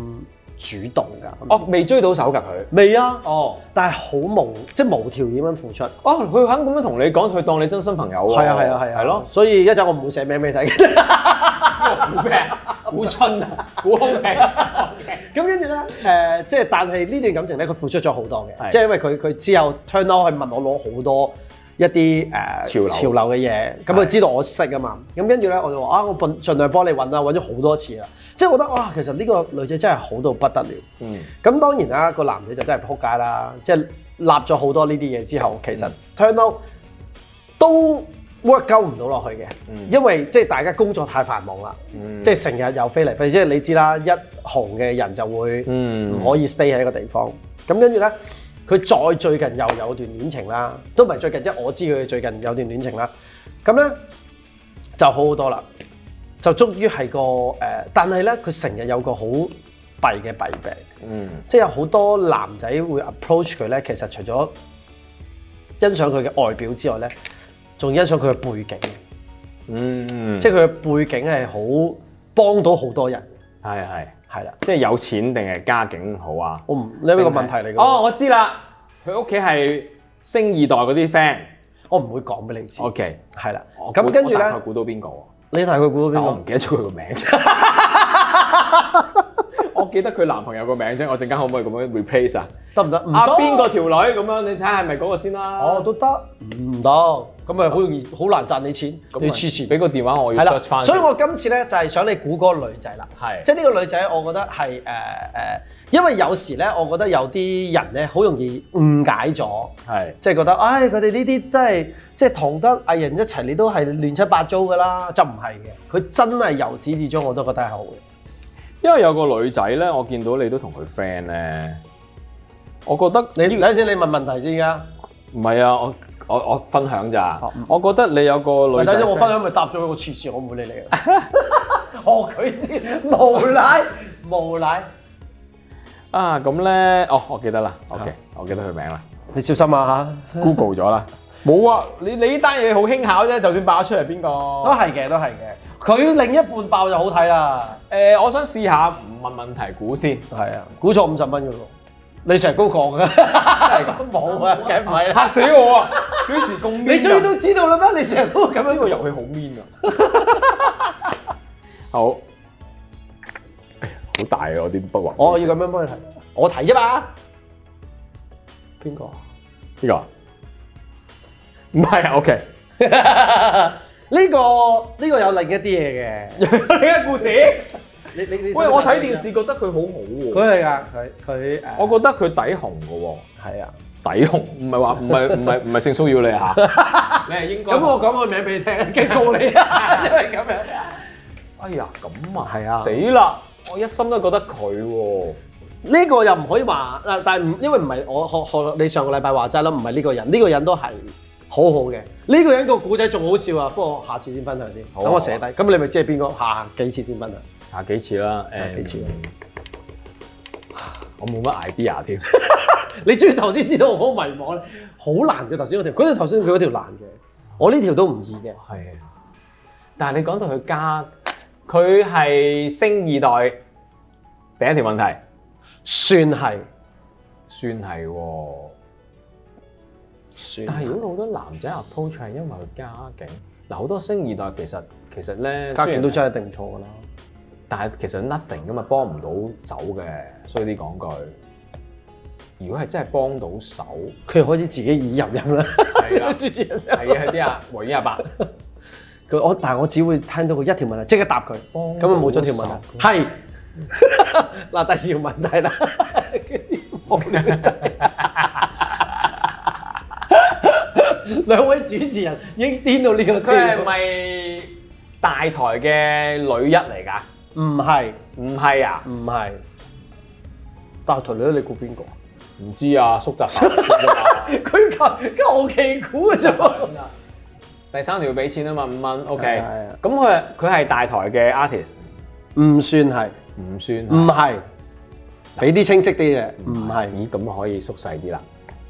Speaker 3: 主動㗎？
Speaker 2: 哦，未追到手㗎佢。
Speaker 3: 未啊，
Speaker 2: 哦
Speaker 3: 但係好無即係無條件咁付出。係
Speaker 2: 哦，佢肯咁樣同你講，佢當你真心朋友喎。
Speaker 3: 啊係啊係啊，
Speaker 2: 係 咯。
Speaker 3: 所以一陣我唔會寫名俾你睇。
Speaker 2: 古病、古春啊、古空病。
Speaker 3: 咁跟住咧，誒、即係但係呢段感情咧，佢付出咗好多嘅，
Speaker 2: 係
Speaker 3: 即係因為佢佢之後 turn on 去問我攞好多一啲誒、
Speaker 2: 潮流
Speaker 3: 潮流嘅嘢，咁佢知道我識啊嘛，咁跟住咧我就話啊，我盡盡量幫你揾啦，揾咗好多次啦，即係我覺得哇，其實呢個女仔真係好到不得了。
Speaker 2: 嗯，
Speaker 3: 咁當然啦，個男仔就真係撲街啦，即係立咗好多呢啲嘢之後，其
Speaker 2: 嗯
Speaker 3: 實 turn out 都 work 鳩唔到落去嘅，
Speaker 2: 嗯
Speaker 3: 因為即係大家工作太繁忙啦，
Speaker 2: 嗯
Speaker 3: 即係成日又飛嚟飛，即係你知啦，一紅嘅人就會
Speaker 2: 嗯
Speaker 3: 唔可以 stay 喺一個地方。咁跟住咧，佢再最近又有段戀情啦，都唔係最近，即係我知佢最近有段戀情啦。咁咧就好好多啦，就終於係個誒、呃但係咧佢成日有個好弊嘅弊病。
Speaker 2: 嗯，
Speaker 3: 即係有好多男仔會 approach 佢咧，其實除咗欣賞佢嘅外表之外咧，仲欣賞佢嘅背景嘅，
Speaker 2: 嗯，即
Speaker 3: 即係佢嘅背景係好幫到好多人嘅，
Speaker 2: 係係，
Speaker 3: 係啦。
Speaker 2: 即係有錢定係家境好啊？
Speaker 3: 我唔呢個問題嚟嘅喎，
Speaker 2: 哦，我知啦，佢屋企係星二代嗰啲 friend。
Speaker 3: 我唔會講俾你知，
Speaker 2: OK，
Speaker 3: 係啦。
Speaker 2: 哦我
Speaker 3: 咁
Speaker 2: 估
Speaker 3: 跟住
Speaker 2: 我大哦概
Speaker 3: 咧，
Speaker 2: 估到邊個喎？
Speaker 3: 你大概估到
Speaker 2: 但我
Speaker 3: 邊
Speaker 2: 唔記得咗佢個名。 我記得佢男朋友個名啫，我陣間可唔可以咁樣 replace 啊？
Speaker 3: 個？得唔得？唔
Speaker 2: 啊
Speaker 3: 得
Speaker 2: 邊個？條女咁樣？你睇下係咪嗰個先啦。
Speaker 3: 哦，都得，唔得，咁咪好容易好難賺你錢，
Speaker 2: 咁咪啊
Speaker 3: 你黐線。
Speaker 2: 俾個電話我要
Speaker 3: 係
Speaker 2: search 翻
Speaker 3: 啦，
Speaker 2: 先。
Speaker 3: 所以我今次咧就係想你估嗰個女仔啦。
Speaker 2: 係
Speaker 3: 即係呢個女仔，我覺得係誒誒，呃因為有時咧，我覺得有啲人咧好容易誤解咗，
Speaker 2: 係
Speaker 3: 即係覺得，唉，佢哋呢啲都係即係同得藝人一齊，你都係亂七八糟噶啦，就唔係嘅。佢真係由始至終我都覺得係好嘅。
Speaker 2: 因為有個女仔咧，我見到你都同佢 friend 咧，我覺得
Speaker 3: 你等陣先，你問問題先㗎。
Speaker 2: 唔係啊，我我我分享咋
Speaker 3: 哦嗯，
Speaker 2: 我覺得你有個
Speaker 3: 喂
Speaker 2: 女仔
Speaker 3: 等陣
Speaker 2: friend，
Speaker 3: 我分享咪答咗佢個次次，我唔會理你嘅。 哦，佢知無賴無賴，
Speaker 2: 啊，咁咧，哦，我記得啦，OK，我記得佢名 啦
Speaker 3: 你小心啊嚇！
Speaker 2: ，Google 咗啦，冇啊，你你呢單嘢好輕巧啫，就算爆出嚟邊
Speaker 3: 都
Speaker 2: 個？
Speaker 3: 係嘅，都係嘅。佢另一半爆就好睇啦。
Speaker 2: 誒，我想試下唔問問題估先，
Speaker 3: 係啊，估錯五十蚊嘅喎，你成日高講嘅， 冇啊，梗唔係啦。
Speaker 2: 嚇死我啊！ 幾時咁 mean
Speaker 3: 你終於
Speaker 2: 啊
Speaker 3: 都知道啦咩？你成日都咁
Speaker 2: 咁樣呢
Speaker 3: 樣
Speaker 2: 個遊戲好 mean 啊！ 好，哎呀好大啊！我啲筆畫，
Speaker 3: 我要咁樣幫你睇，我睇啫嘛。邊個？
Speaker 2: 呢個啊唔係啊，OK，
Speaker 3: 呢個呢個有另一啲嘢嘅。
Speaker 2: 有 呢個故事。
Speaker 3: 你你你
Speaker 2: 喂，我睇電，視覺得佢好好喎，
Speaker 3: 佢係㗎，佢佢誒，
Speaker 2: 我覺得佢底紅嘅
Speaker 3: 係啊。
Speaker 2: 喎，底紅唔係話唔係 唔係唔係性騷擾你 啊嚇，你係應該
Speaker 3: 咁我講個名俾你聽，警告你啊，因為咁樣。
Speaker 2: 哎呀咁啊，
Speaker 3: 係啊
Speaker 2: 死啦！我一心都覺得佢喎，
Speaker 3: 呢個又唔可以話嗱，但係唔因為唔係我學學你上個禮拜話齋啦，唔係呢個人，呢個人都係好好嘅。呢個人個古仔仲好笑啊，不過下次先分享先。
Speaker 2: 好啊
Speaker 3: 等我寫低，咁你咪知係邊個？下幾次先分享。
Speaker 2: 下啊幾次啦，誒
Speaker 3: 下幾次
Speaker 2: 我冇乜 idea 添，
Speaker 3: 你中意頭先知道我好迷茫咧，好難嘅頭先嗰條，嗰條頭先佢嗰條難嘅，我呢條都唔易嘅。
Speaker 2: 係。啊但係你講到佢家，佢係星二代，第一條問題
Speaker 3: 算係，
Speaker 2: 算係喎。
Speaker 3: 算
Speaker 2: 但係如果好多男仔 approach 係因為佢家境，嗱好多星二代其實其實咧，
Speaker 3: 家境都
Speaker 2: 雖然
Speaker 3: 真係一定唔錯㗎啦。
Speaker 2: 但係其實 nothing 噶嘛，幫唔到手嘅，衰啲講句。如果係真係幫到手，
Speaker 3: 佢開始自己耳入音啦，
Speaker 2: 係啦，
Speaker 3: 主持人。
Speaker 2: 係啊，啲啊，維園阿 伯
Speaker 3: 佢我但係我只會聽到佢一條問題，即刻答佢，
Speaker 2: 幫
Speaker 3: 咁就冇咗條問
Speaker 2: 到手
Speaker 3: 題。係 嗱，第二條問題啦， 我兩仔兩位主持人已經癲到呢個
Speaker 2: 佢係
Speaker 3: 地步
Speaker 2: 咪大台嘅女一嚟㗎？
Speaker 3: 唔係
Speaker 2: 唔係啊，
Speaker 3: 唔係，但係台女你估邊個？
Speaker 2: 唔知啊，叔侄飯
Speaker 3: 佢求求其估嘅啫喎。
Speaker 2: 第三條要俾錢啊嘛，五蚊，OK
Speaker 3: 係啊係啊。
Speaker 2: 咁佢佢係大台嘅 artist，
Speaker 3: 唔算係，
Speaker 2: 唔算啊
Speaker 3: 唔係，俾啲清晰啲嘅，唔係，
Speaker 2: 咦，咁可以縮細啲啦，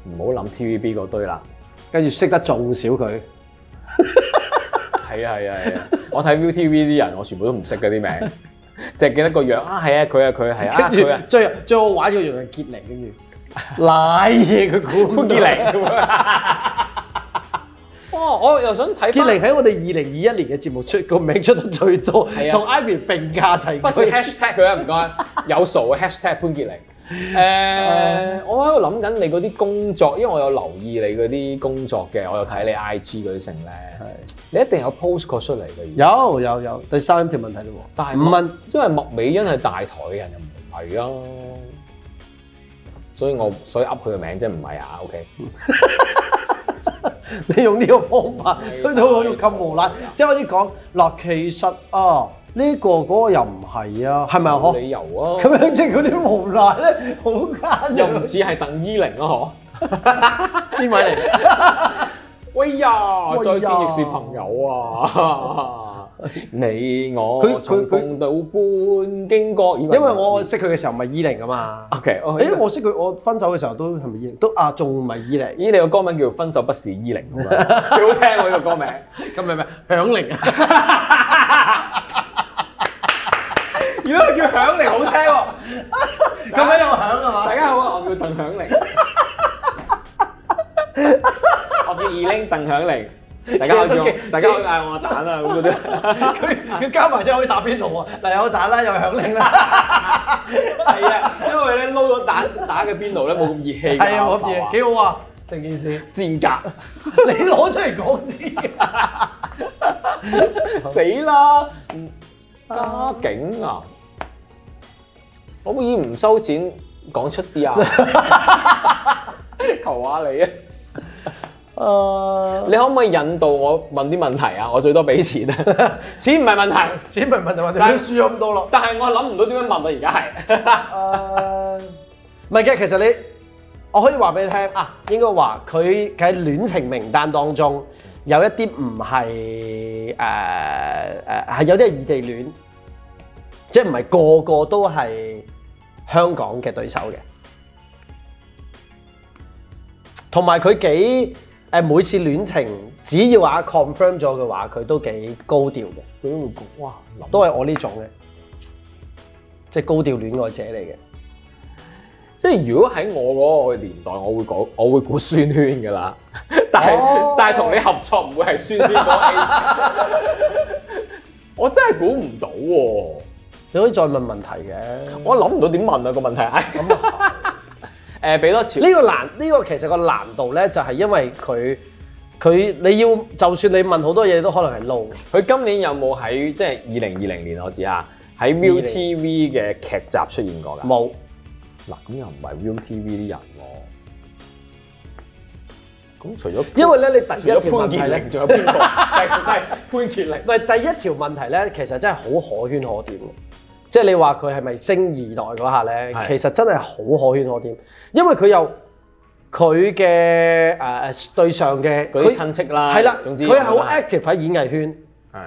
Speaker 2: 唔好諗 TVB 嗰堆啦。
Speaker 3: 跟住識得仲少佢，
Speaker 2: 係啊係啊係啊！我睇 ViuTV 啲人，我全部都唔識嗰啲名，淨係記得個樣啊，係啊佢啊佢啊係啊啊
Speaker 3: 跟住
Speaker 2: 佢啊
Speaker 3: 最最好玩嘅樣係結離，跟住賴嘢佢估唔
Speaker 2: 潘
Speaker 3: 到
Speaker 2: 傑玲咁啊！ 哇！我又想睇
Speaker 3: 結
Speaker 2: 翻
Speaker 3: 離，喺我哋二零二一年嘅節目出個名出得最多，
Speaker 2: 係啊
Speaker 3: 同 Ivy 並駕齊
Speaker 2: 不過
Speaker 3: 驅。
Speaker 2: hashtag 佢啊，唔該，有傻嘅 hashtag 潘傑玲。誒、我喺度諗緊你嗰啲工作，因為我有留意你嗰啲工作嘅，我有睇你 IG 嗰啲成咧，你一定有 post 過出嚟嘅。
Speaker 3: 有有有，第三條問題嘞喎，
Speaker 2: 但係
Speaker 3: 五蚊，，
Speaker 2: 因為麥美欣係大台嘅人，又唔係啊，所以我所以噏佢嘅名啫，唔係啊，OK。
Speaker 3: 你用呢個方法去
Speaker 2: 係啊
Speaker 3: 到我要咁無賴，即係開始講嗱，其實啊呢個嗰個又唔係啊，係咪啊？
Speaker 2: 冇
Speaker 3: 嗬？
Speaker 2: 理由啊，
Speaker 3: 咁樣即係嗰啲無賴咧，好奸啊
Speaker 2: 又唔似係鄧依玲啊，嗬？
Speaker 3: 邊位嚟？
Speaker 2: 喂呀，
Speaker 3: 喂呀
Speaker 2: 再見亦是朋友 啊！你
Speaker 3: 佢
Speaker 2: 我
Speaker 3: 佢
Speaker 2: 重逢到半經過，因
Speaker 3: 因為我識佢嘅時候唔係依零啊嘛。
Speaker 2: OK，我哦
Speaker 3: 誒，我識佢，我分手嘅時候都係咪依零？都啊，仲唔係依零？
Speaker 2: 咦你個歌名叫《分手不是依零》咁 樣，幾好聽喎呢個歌名。
Speaker 3: 咁咪咪響鈴啊！
Speaker 2: 如果佢叫響鈴好聽喎，
Speaker 3: 咁樣又響係嘛
Speaker 2: 大？家好啊，我叫鄧響鈴，我叫二鈴鄧響鈴，大家可以叫我
Speaker 3: 幾多幾
Speaker 2: 大家可以嗌我阿蛋啊咁嗰啲。
Speaker 3: 佢 佢加埋真係可以打邊爐啊！嗱，有蛋啦，有響鈴啦，
Speaker 2: 係啊，因為咧撈咗蛋打嘅邊爐咧冇咁熱氣㗎，
Speaker 3: 係啊，冇
Speaker 2: 爆
Speaker 3: 嘢，幾好啊！成件 事，
Speaker 2: 賤格。
Speaker 3: 你攞出嚟講 先。
Speaker 2: 死啦！嗯家境啊，可唔可以唔收錢講出啲啊？求下你啊！
Speaker 3: 誒，啊
Speaker 2: 你可唔可以引導我問啲問題啊？我最多俾錢啊，錢唔係問題，
Speaker 3: 錢問問就問，
Speaker 2: 但
Speaker 3: 你輸咗咁多咯。
Speaker 2: 但係我諗唔到點樣問啊！而家係
Speaker 3: 誒，唔係嘅，其實你我可以話俾你聽啊，應該話佢喺戀情名單當中有一啲唔係誒誒係有啲係異地戀，即係唔係個個都係香港嘅對手嘅，同埋佢幾誒每次戀情只要啊 confirm 咗嘅話，佢都幾高調嘅。
Speaker 2: 佢都會講哇，諗
Speaker 3: 都係我呢種嘅，即係高調戀愛者嚟嘅。
Speaker 2: 即係如果喺我嗰個年代，我會講我會估宣圈㗎啦， 但係、
Speaker 3: 哦
Speaker 2: 但係同你合作唔會係宣圈嗰 我真係估唔到喎、
Speaker 3: 你可以再問問題嘅。
Speaker 2: 我諗唔到點問啊個問題係。
Speaker 3: 啊
Speaker 2: 誒，俾多錢？
Speaker 3: 呢個難，呢、個其實個難度咧，就係因為佢佢你要，就算你問好多嘢，都可能係 no。
Speaker 2: 佢今年有冇喺即係二零二零年我知啊，喺 ViuTV 嘅劇集出現過㗎？
Speaker 3: 冇。
Speaker 2: 嗱，咁又唔係 ViuTV 啲人喎。咁除咗
Speaker 3: 因為咧，你第
Speaker 2: 除
Speaker 3: 一條
Speaker 2: 咗
Speaker 3: 問
Speaker 2: 潘
Speaker 3: 題
Speaker 2: 傑玲，
Speaker 3: 咧，
Speaker 2: 仲有邊個？ 係潘傑玲
Speaker 3: 唔。係第一條問題咧，其實真係好可圈可點嘅。即係你話佢係咪星二代嗰下咧，
Speaker 2: 係
Speaker 3: 其實真係好可圈可點，因為佢又佢嘅誒誒對上嘅
Speaker 2: 嗰啲
Speaker 3: 佢
Speaker 2: 親戚啦，
Speaker 3: 係啦，
Speaker 2: 總之
Speaker 3: 佢係好 active 喺演藝圈，
Speaker 2: 係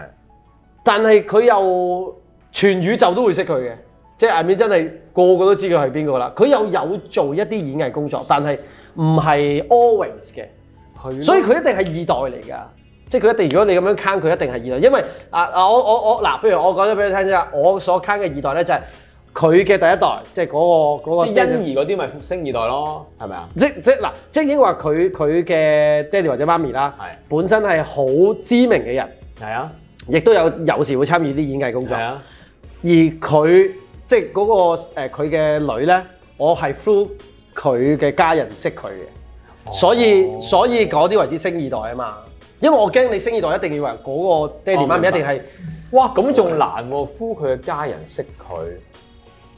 Speaker 3: 但係佢又全宇宙都會識佢嘅，即係下面真係個個都知佢係邊個啦。佢又有做一啲演藝工作，但係唔係 always 嘅。
Speaker 2: 係
Speaker 3: 所以佢一定係二代嚟㗎，即係佢一定，如果你咁樣 count，佢一定係二代，因為啊啊我我我嗱，譬如我講咗俾你聽先啦，我所 count 嘅二代咧就係佢嘅第一代，即係嗰、個嗰、
Speaker 2: 即係
Speaker 3: 個
Speaker 2: 欣兒嗰啲咪星二代咯，係咪啊？
Speaker 3: 即即嗱，即係應該話佢佢嘅爹哋或者媽咪啦，
Speaker 2: 係
Speaker 3: 本身係好知名嘅人，
Speaker 2: 係啊，
Speaker 3: 亦都有有時會參與啲演藝工作
Speaker 2: 係。啊，
Speaker 3: 而佢即係嗰、個呃佢嘅、女咧，我係 through 佢嘅家人識佢嘅，所以所以嗰啲為之星二代啊嘛。因為我驚你星二代一定以為嗰個爹哋媽咪一定係、
Speaker 2: 哇咁仲難喎，呼佢嘅家人識佢，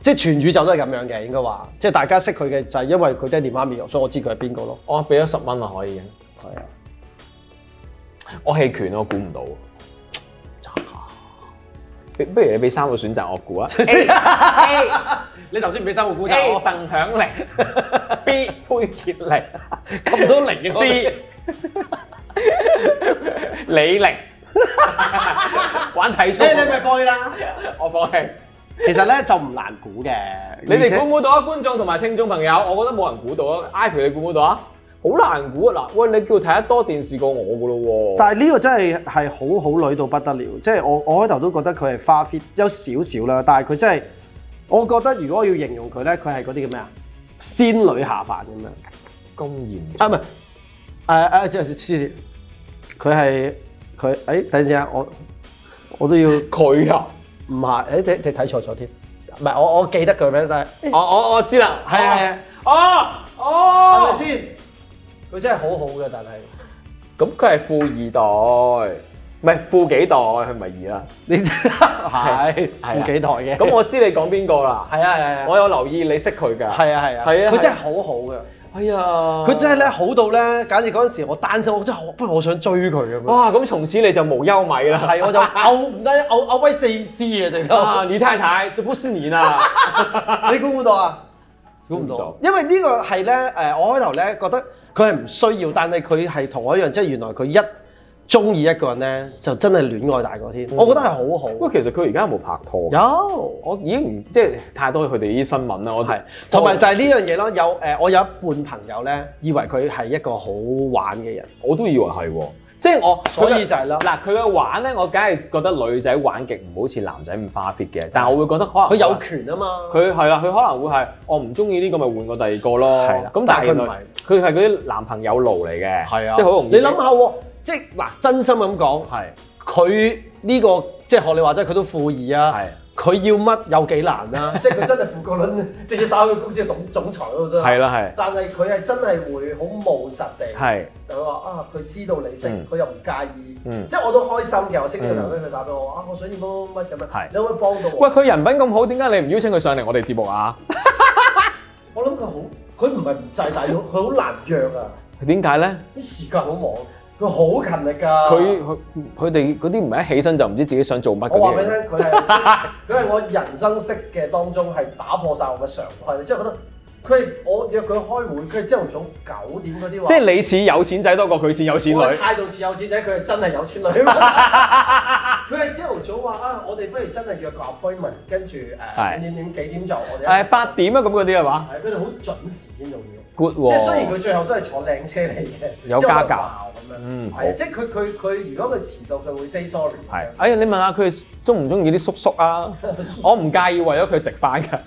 Speaker 3: 即係全宇宙都係咁樣嘅，應該話即係大家識佢嘅就係因為佢爹哋媽咪，所以我知佢係邊個咯。
Speaker 2: 我俾咗十蚊啊可以嘅，
Speaker 3: 係啊，
Speaker 2: 我棄權我估唔到，渣不不如你俾三個選擇我 估啊
Speaker 3: 你頭先唔俾三個 估
Speaker 2: ，A 鄧響玲，B 潘傑玲
Speaker 3: 咁多零
Speaker 2: ，C 李玲，玩體操，
Speaker 3: 你咪放棄啦。
Speaker 2: 我放棄。
Speaker 3: 其實咧就唔難估嘅，
Speaker 2: 你哋估唔估到啊？觀眾同埋聽眾朋友，我覺得冇人估到啊。Ivy 你估唔估到啊？好難估啊！嗱，喂，你叫睇得多電視過我噶咯
Speaker 3: 但係呢個真係係好好女到不得了，即係我我開頭都覺得佢係花 fit 有少少啦，但係佢真係，我覺得如果我要形容佢咧，佢係嗰啲叫咩啊，仙女下凡咁
Speaker 2: 喎，咁
Speaker 3: 樣
Speaker 2: 嚴
Speaker 3: 啊唔係誒誒，即係黐線，佢係佢誒等陣先啊，我我都要唔
Speaker 2: 佢啊！
Speaker 3: 係誒你你睇錯咗添，唔係我我記得佢名，但係
Speaker 2: 我我我哦知啦，
Speaker 3: 係啊係啊
Speaker 2: 啊，哦
Speaker 3: 係咪
Speaker 2: 哦，
Speaker 3: 先？佢真係好好嘅，但係
Speaker 2: 咁佢係富二代，唔係富幾代，佢唔係二啦。
Speaker 3: 你 係
Speaker 2: 係啊
Speaker 3: 富幾代嘅，
Speaker 2: 咁我知你講邊個啦，
Speaker 3: 係啊係啊係啊
Speaker 2: 我有留意你識佢㗎。
Speaker 3: 係啊係啊，
Speaker 2: 係啊
Speaker 3: 佢真係
Speaker 2: 係啊
Speaker 3: 好好嘅。
Speaker 2: 哎呀，
Speaker 3: 佢真係咧好到咧，簡直嗰陣時我單身，我真係不如我想追佢咁樣。
Speaker 2: 哇！咁從此你就無憂米啦。
Speaker 3: 係我就嘔唔得，嘔嘔威四支啊！直頭，
Speaker 2: 啊，你太太，這不是你 啦。
Speaker 3: 你估唔估到啊？估唔
Speaker 2: 估唔到
Speaker 3: 到，因為呢個係咧誒，我開頭咧覺得佢係唔需要，但係佢係同我一樣，即係原來佢一中意一個人咧，就真係戀愛大過天。我覺得係好好。
Speaker 2: 喂，其實佢而家有冇拍拖㗎？
Speaker 3: 嗯有，
Speaker 2: 我已經唔即係太多佢哋啲新聞啦，我
Speaker 3: 係
Speaker 2: 哋，
Speaker 3: 同埋就係呢樣嘢咯。有誒、我有一半朋友咧，以為佢係一個好玩嘅人，
Speaker 2: 我都以為係喎，即係我
Speaker 3: 所以就係啦。
Speaker 2: 嗱佢嘅玩咧，我梗係覺得女仔玩極唔好似男仔咁花 fit 嘅，但係我會覺得可能
Speaker 3: 佢有權啊嘛。
Speaker 2: 佢係啦，佢可能會係我唔中意呢個咪換個第二個咯，
Speaker 3: 係啦
Speaker 2: 咁但
Speaker 3: 但
Speaker 2: 係
Speaker 3: 係佢
Speaker 2: 原
Speaker 3: 唔
Speaker 2: 來佢係嗰啲男朋友奴嚟嘅，
Speaker 3: 係啊，
Speaker 2: 即係好容易
Speaker 3: 你諗下喎，即係嗱，真心咁講，
Speaker 2: 係
Speaker 3: 佢呢個即係學你話齋，佢都富二啊
Speaker 2: 係，
Speaker 3: 佢要乜有幾難啊？ 即係佢真係撥個輪，直接打去公司嘅總總裁嗰度得啦。
Speaker 2: 係啦係
Speaker 3: 但係啊佢係真係會好務實地，
Speaker 2: 係
Speaker 3: 就話啊，佢知道你識，
Speaker 2: 嗯
Speaker 3: 佢又唔介意
Speaker 2: 嗯，
Speaker 3: 即係我都開心嘅。我識呢個男仔，佢打俾我啊，我想要乜乜乜咁樣
Speaker 2: 係，
Speaker 3: 你可唔可以幫到
Speaker 2: 喂
Speaker 3: 我？
Speaker 2: 佢人品咁好，點解你唔邀請佢上嚟我哋節目啊？
Speaker 3: 我諗佢好，佢唔係唔制，但係佢好難約啊，
Speaker 2: 點解咧？
Speaker 3: 啲時間好忙，佢好勤力㗎。
Speaker 2: 佢佢佢哋嗰啲唔係一起身就唔知自己想做乜嗰
Speaker 3: 我話
Speaker 2: 啲
Speaker 3: 俾你聽
Speaker 2: 嚟，，
Speaker 3: 佢係 佢係我人生識嘅當中係打破晒我嘅常規，即係覺得佢係我約佢開會，佢係朝頭早九點嗰啲話，
Speaker 2: 即係你似有錢仔多過佢似有錢女
Speaker 3: 我。嘅態度似有錢仔，佢係真係有錢女 啊嘛。佢係朝頭早話啊，我哋不如真係約個 appointment，跟住誒
Speaker 2: 係
Speaker 3: 點點點幾點就我哋
Speaker 2: 誒八點啊咁嗰啲係嘛
Speaker 3: 係佢哋好準時先仲要。
Speaker 2: ？Good
Speaker 3: 即
Speaker 2: 喎，
Speaker 3: 係雖然佢最後都係坐靚車嚟嘅，
Speaker 2: 有
Speaker 3: 即係我
Speaker 2: 家
Speaker 3: 都
Speaker 2: 教
Speaker 3: 鬧咁樣，
Speaker 2: 嗯
Speaker 3: 係啊
Speaker 2: 好
Speaker 3: 即係佢佢佢如果佢遲到，佢會 say sorry 咁樣。
Speaker 2: 係，哎呀你問下佢中唔中意啲叔叔 啊？我唔介意為咗佢直翻㗎，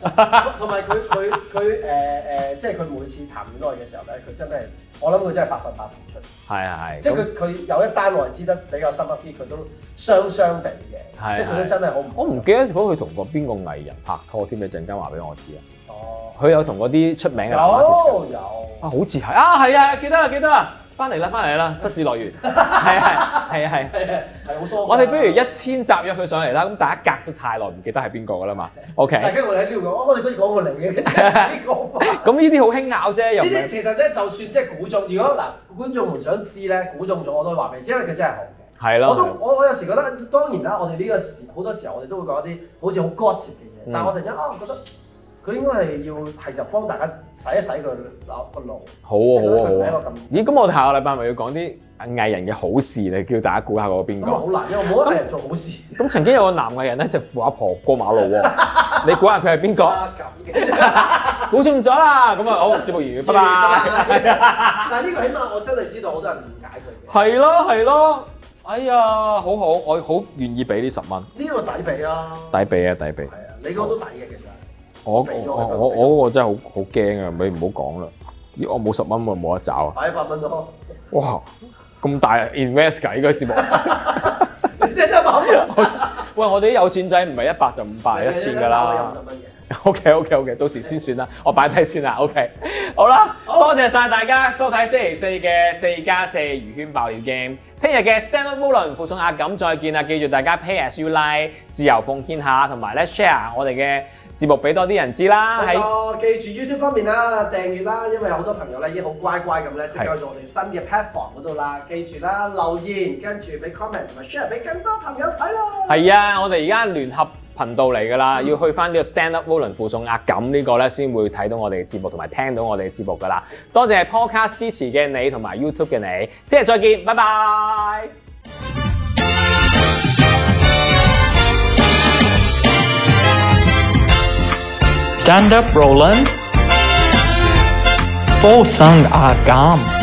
Speaker 3: 同埋佢佢佢誒誒，即係佢每次談戀愛嘅時候咧，佢真係，我諗佢真係百分百付出。
Speaker 2: 係係
Speaker 3: 即係佢佢有一單我係知得比較深刻啲，佢都雙雙地嘅，
Speaker 2: 係
Speaker 3: 即係佢都真係好唔
Speaker 2: 我唔記得咗佢同過邊個藝人拍拖添，你陣間話俾我知啊！
Speaker 3: 哦，
Speaker 2: 佢有同嗰啲出名嘅男 artist 㗎
Speaker 3: 有有
Speaker 2: 啊，好似係啊，係啊，記得啦，記得啦，翻嚟啦，翻嚟啦，失智樂 園，係啊係啊係啊係。
Speaker 3: 係好多㗎。
Speaker 2: 我哋不如一千集約佢上嚟啦，咁大家隔咗太耐，唔記得係邊個㗎啦嘛。OK，
Speaker 3: 大家我哋喺呢度講，哦我哋嗰次講過嚟 嘅，呢個
Speaker 2: 咁呢啲好輕拗啫，又唔
Speaker 3: 呢啲
Speaker 2: 係
Speaker 3: 其實咧，就算即係估中，如果嗱觀眾們想知咧，估中咗我都會話俾你知，因為佢真係好嘅。
Speaker 2: 係
Speaker 3: 我都
Speaker 2: 咯，
Speaker 3: 我我有時覺得，
Speaker 2: 嗯
Speaker 3: 當然啦，我哋呢個時好多時候我哋都會講一啲好似好 gossip 嘅嘢，但係我突然間啊，我覺得佢應該係要係時候幫大家洗一洗佢腦個腦，
Speaker 2: 好
Speaker 3: 即
Speaker 2: 啊
Speaker 3: 係
Speaker 2: 好啊
Speaker 3: 佢唔係一
Speaker 2: 好
Speaker 3: 個
Speaker 2: 啊！
Speaker 3: 咁
Speaker 2: 咦，咁我哋下個禮拜咪要講啲藝人嘅好事你叫大家估下嗰個邊
Speaker 3: 咁啊好
Speaker 2: 個？
Speaker 3: 難，因為冇乜藝人做好事
Speaker 2: 咁曾經有個男藝人咧就扶阿婆過馬路喎，你估下佢係邊個？
Speaker 3: 啊咁嘅。
Speaker 2: 估中咗啦！咁啊，啊好，節目完完，拜拜。
Speaker 3: 但係呢個起碼我真係知道好多人誤解佢嘅，
Speaker 2: 係咯係咯，哎呀，好好，我好願意俾呢十蚊，
Speaker 3: 呢個抵俾啦。
Speaker 2: 抵俾啊抵俾。
Speaker 3: 係啊，你嗰個都抵嘅其實。
Speaker 2: 我
Speaker 3: 俾咗
Speaker 2: 我
Speaker 3: 佢
Speaker 2: 我
Speaker 3: 俾咗
Speaker 2: 我嗰個真係好好驚啊！你唔好講啦，咦我冇十蚊我冇得找啊！
Speaker 3: 擺一百 蚊咯，
Speaker 2: 哇，咁大 invest 㗎呢個節目。
Speaker 3: 你真係得百蚊，
Speaker 2: 喂，我哋啲有錢仔唔係一百就五百，一千㗎啦
Speaker 3: 有。五十蚊嘅。
Speaker 2: OK OK OK，到時先算啦，我擺低先啦。OK，好啦，多謝晒大家收睇星期四嘅四加四魚圈爆料 game。聽日嘅 Stand Up Volun 附送壓感再見啦！記住大家 pay as you like，自由奉獻下，同埋咧 share 我哋嘅節目俾多啲人知啦。
Speaker 3: 冇
Speaker 2: 喺
Speaker 3: 錯，記住 YouTube 方面啦，訂閱啦，因為好多朋友咧已經好乖乖咁咧，即刻去我哋新嘅 platform 嗰度啦。記住啦，留言跟住俾 comment 同埋 share 俾更多朋友睇啦。
Speaker 2: 係啊，我哋而家聯合頻道嚟㗎
Speaker 3: 嗯
Speaker 2: 啦，要去翻呢個 Stand Up Volun 附送壓感呢個咧，先會睇到我哋嘅節目同埋聽到我哋嘅節目㗎啦。多謝 Podcast 支持嘅你同埋 YouTube 嘅你，聽日再見，拜拜。
Speaker 1: Stand up, Roland. Fosang agam.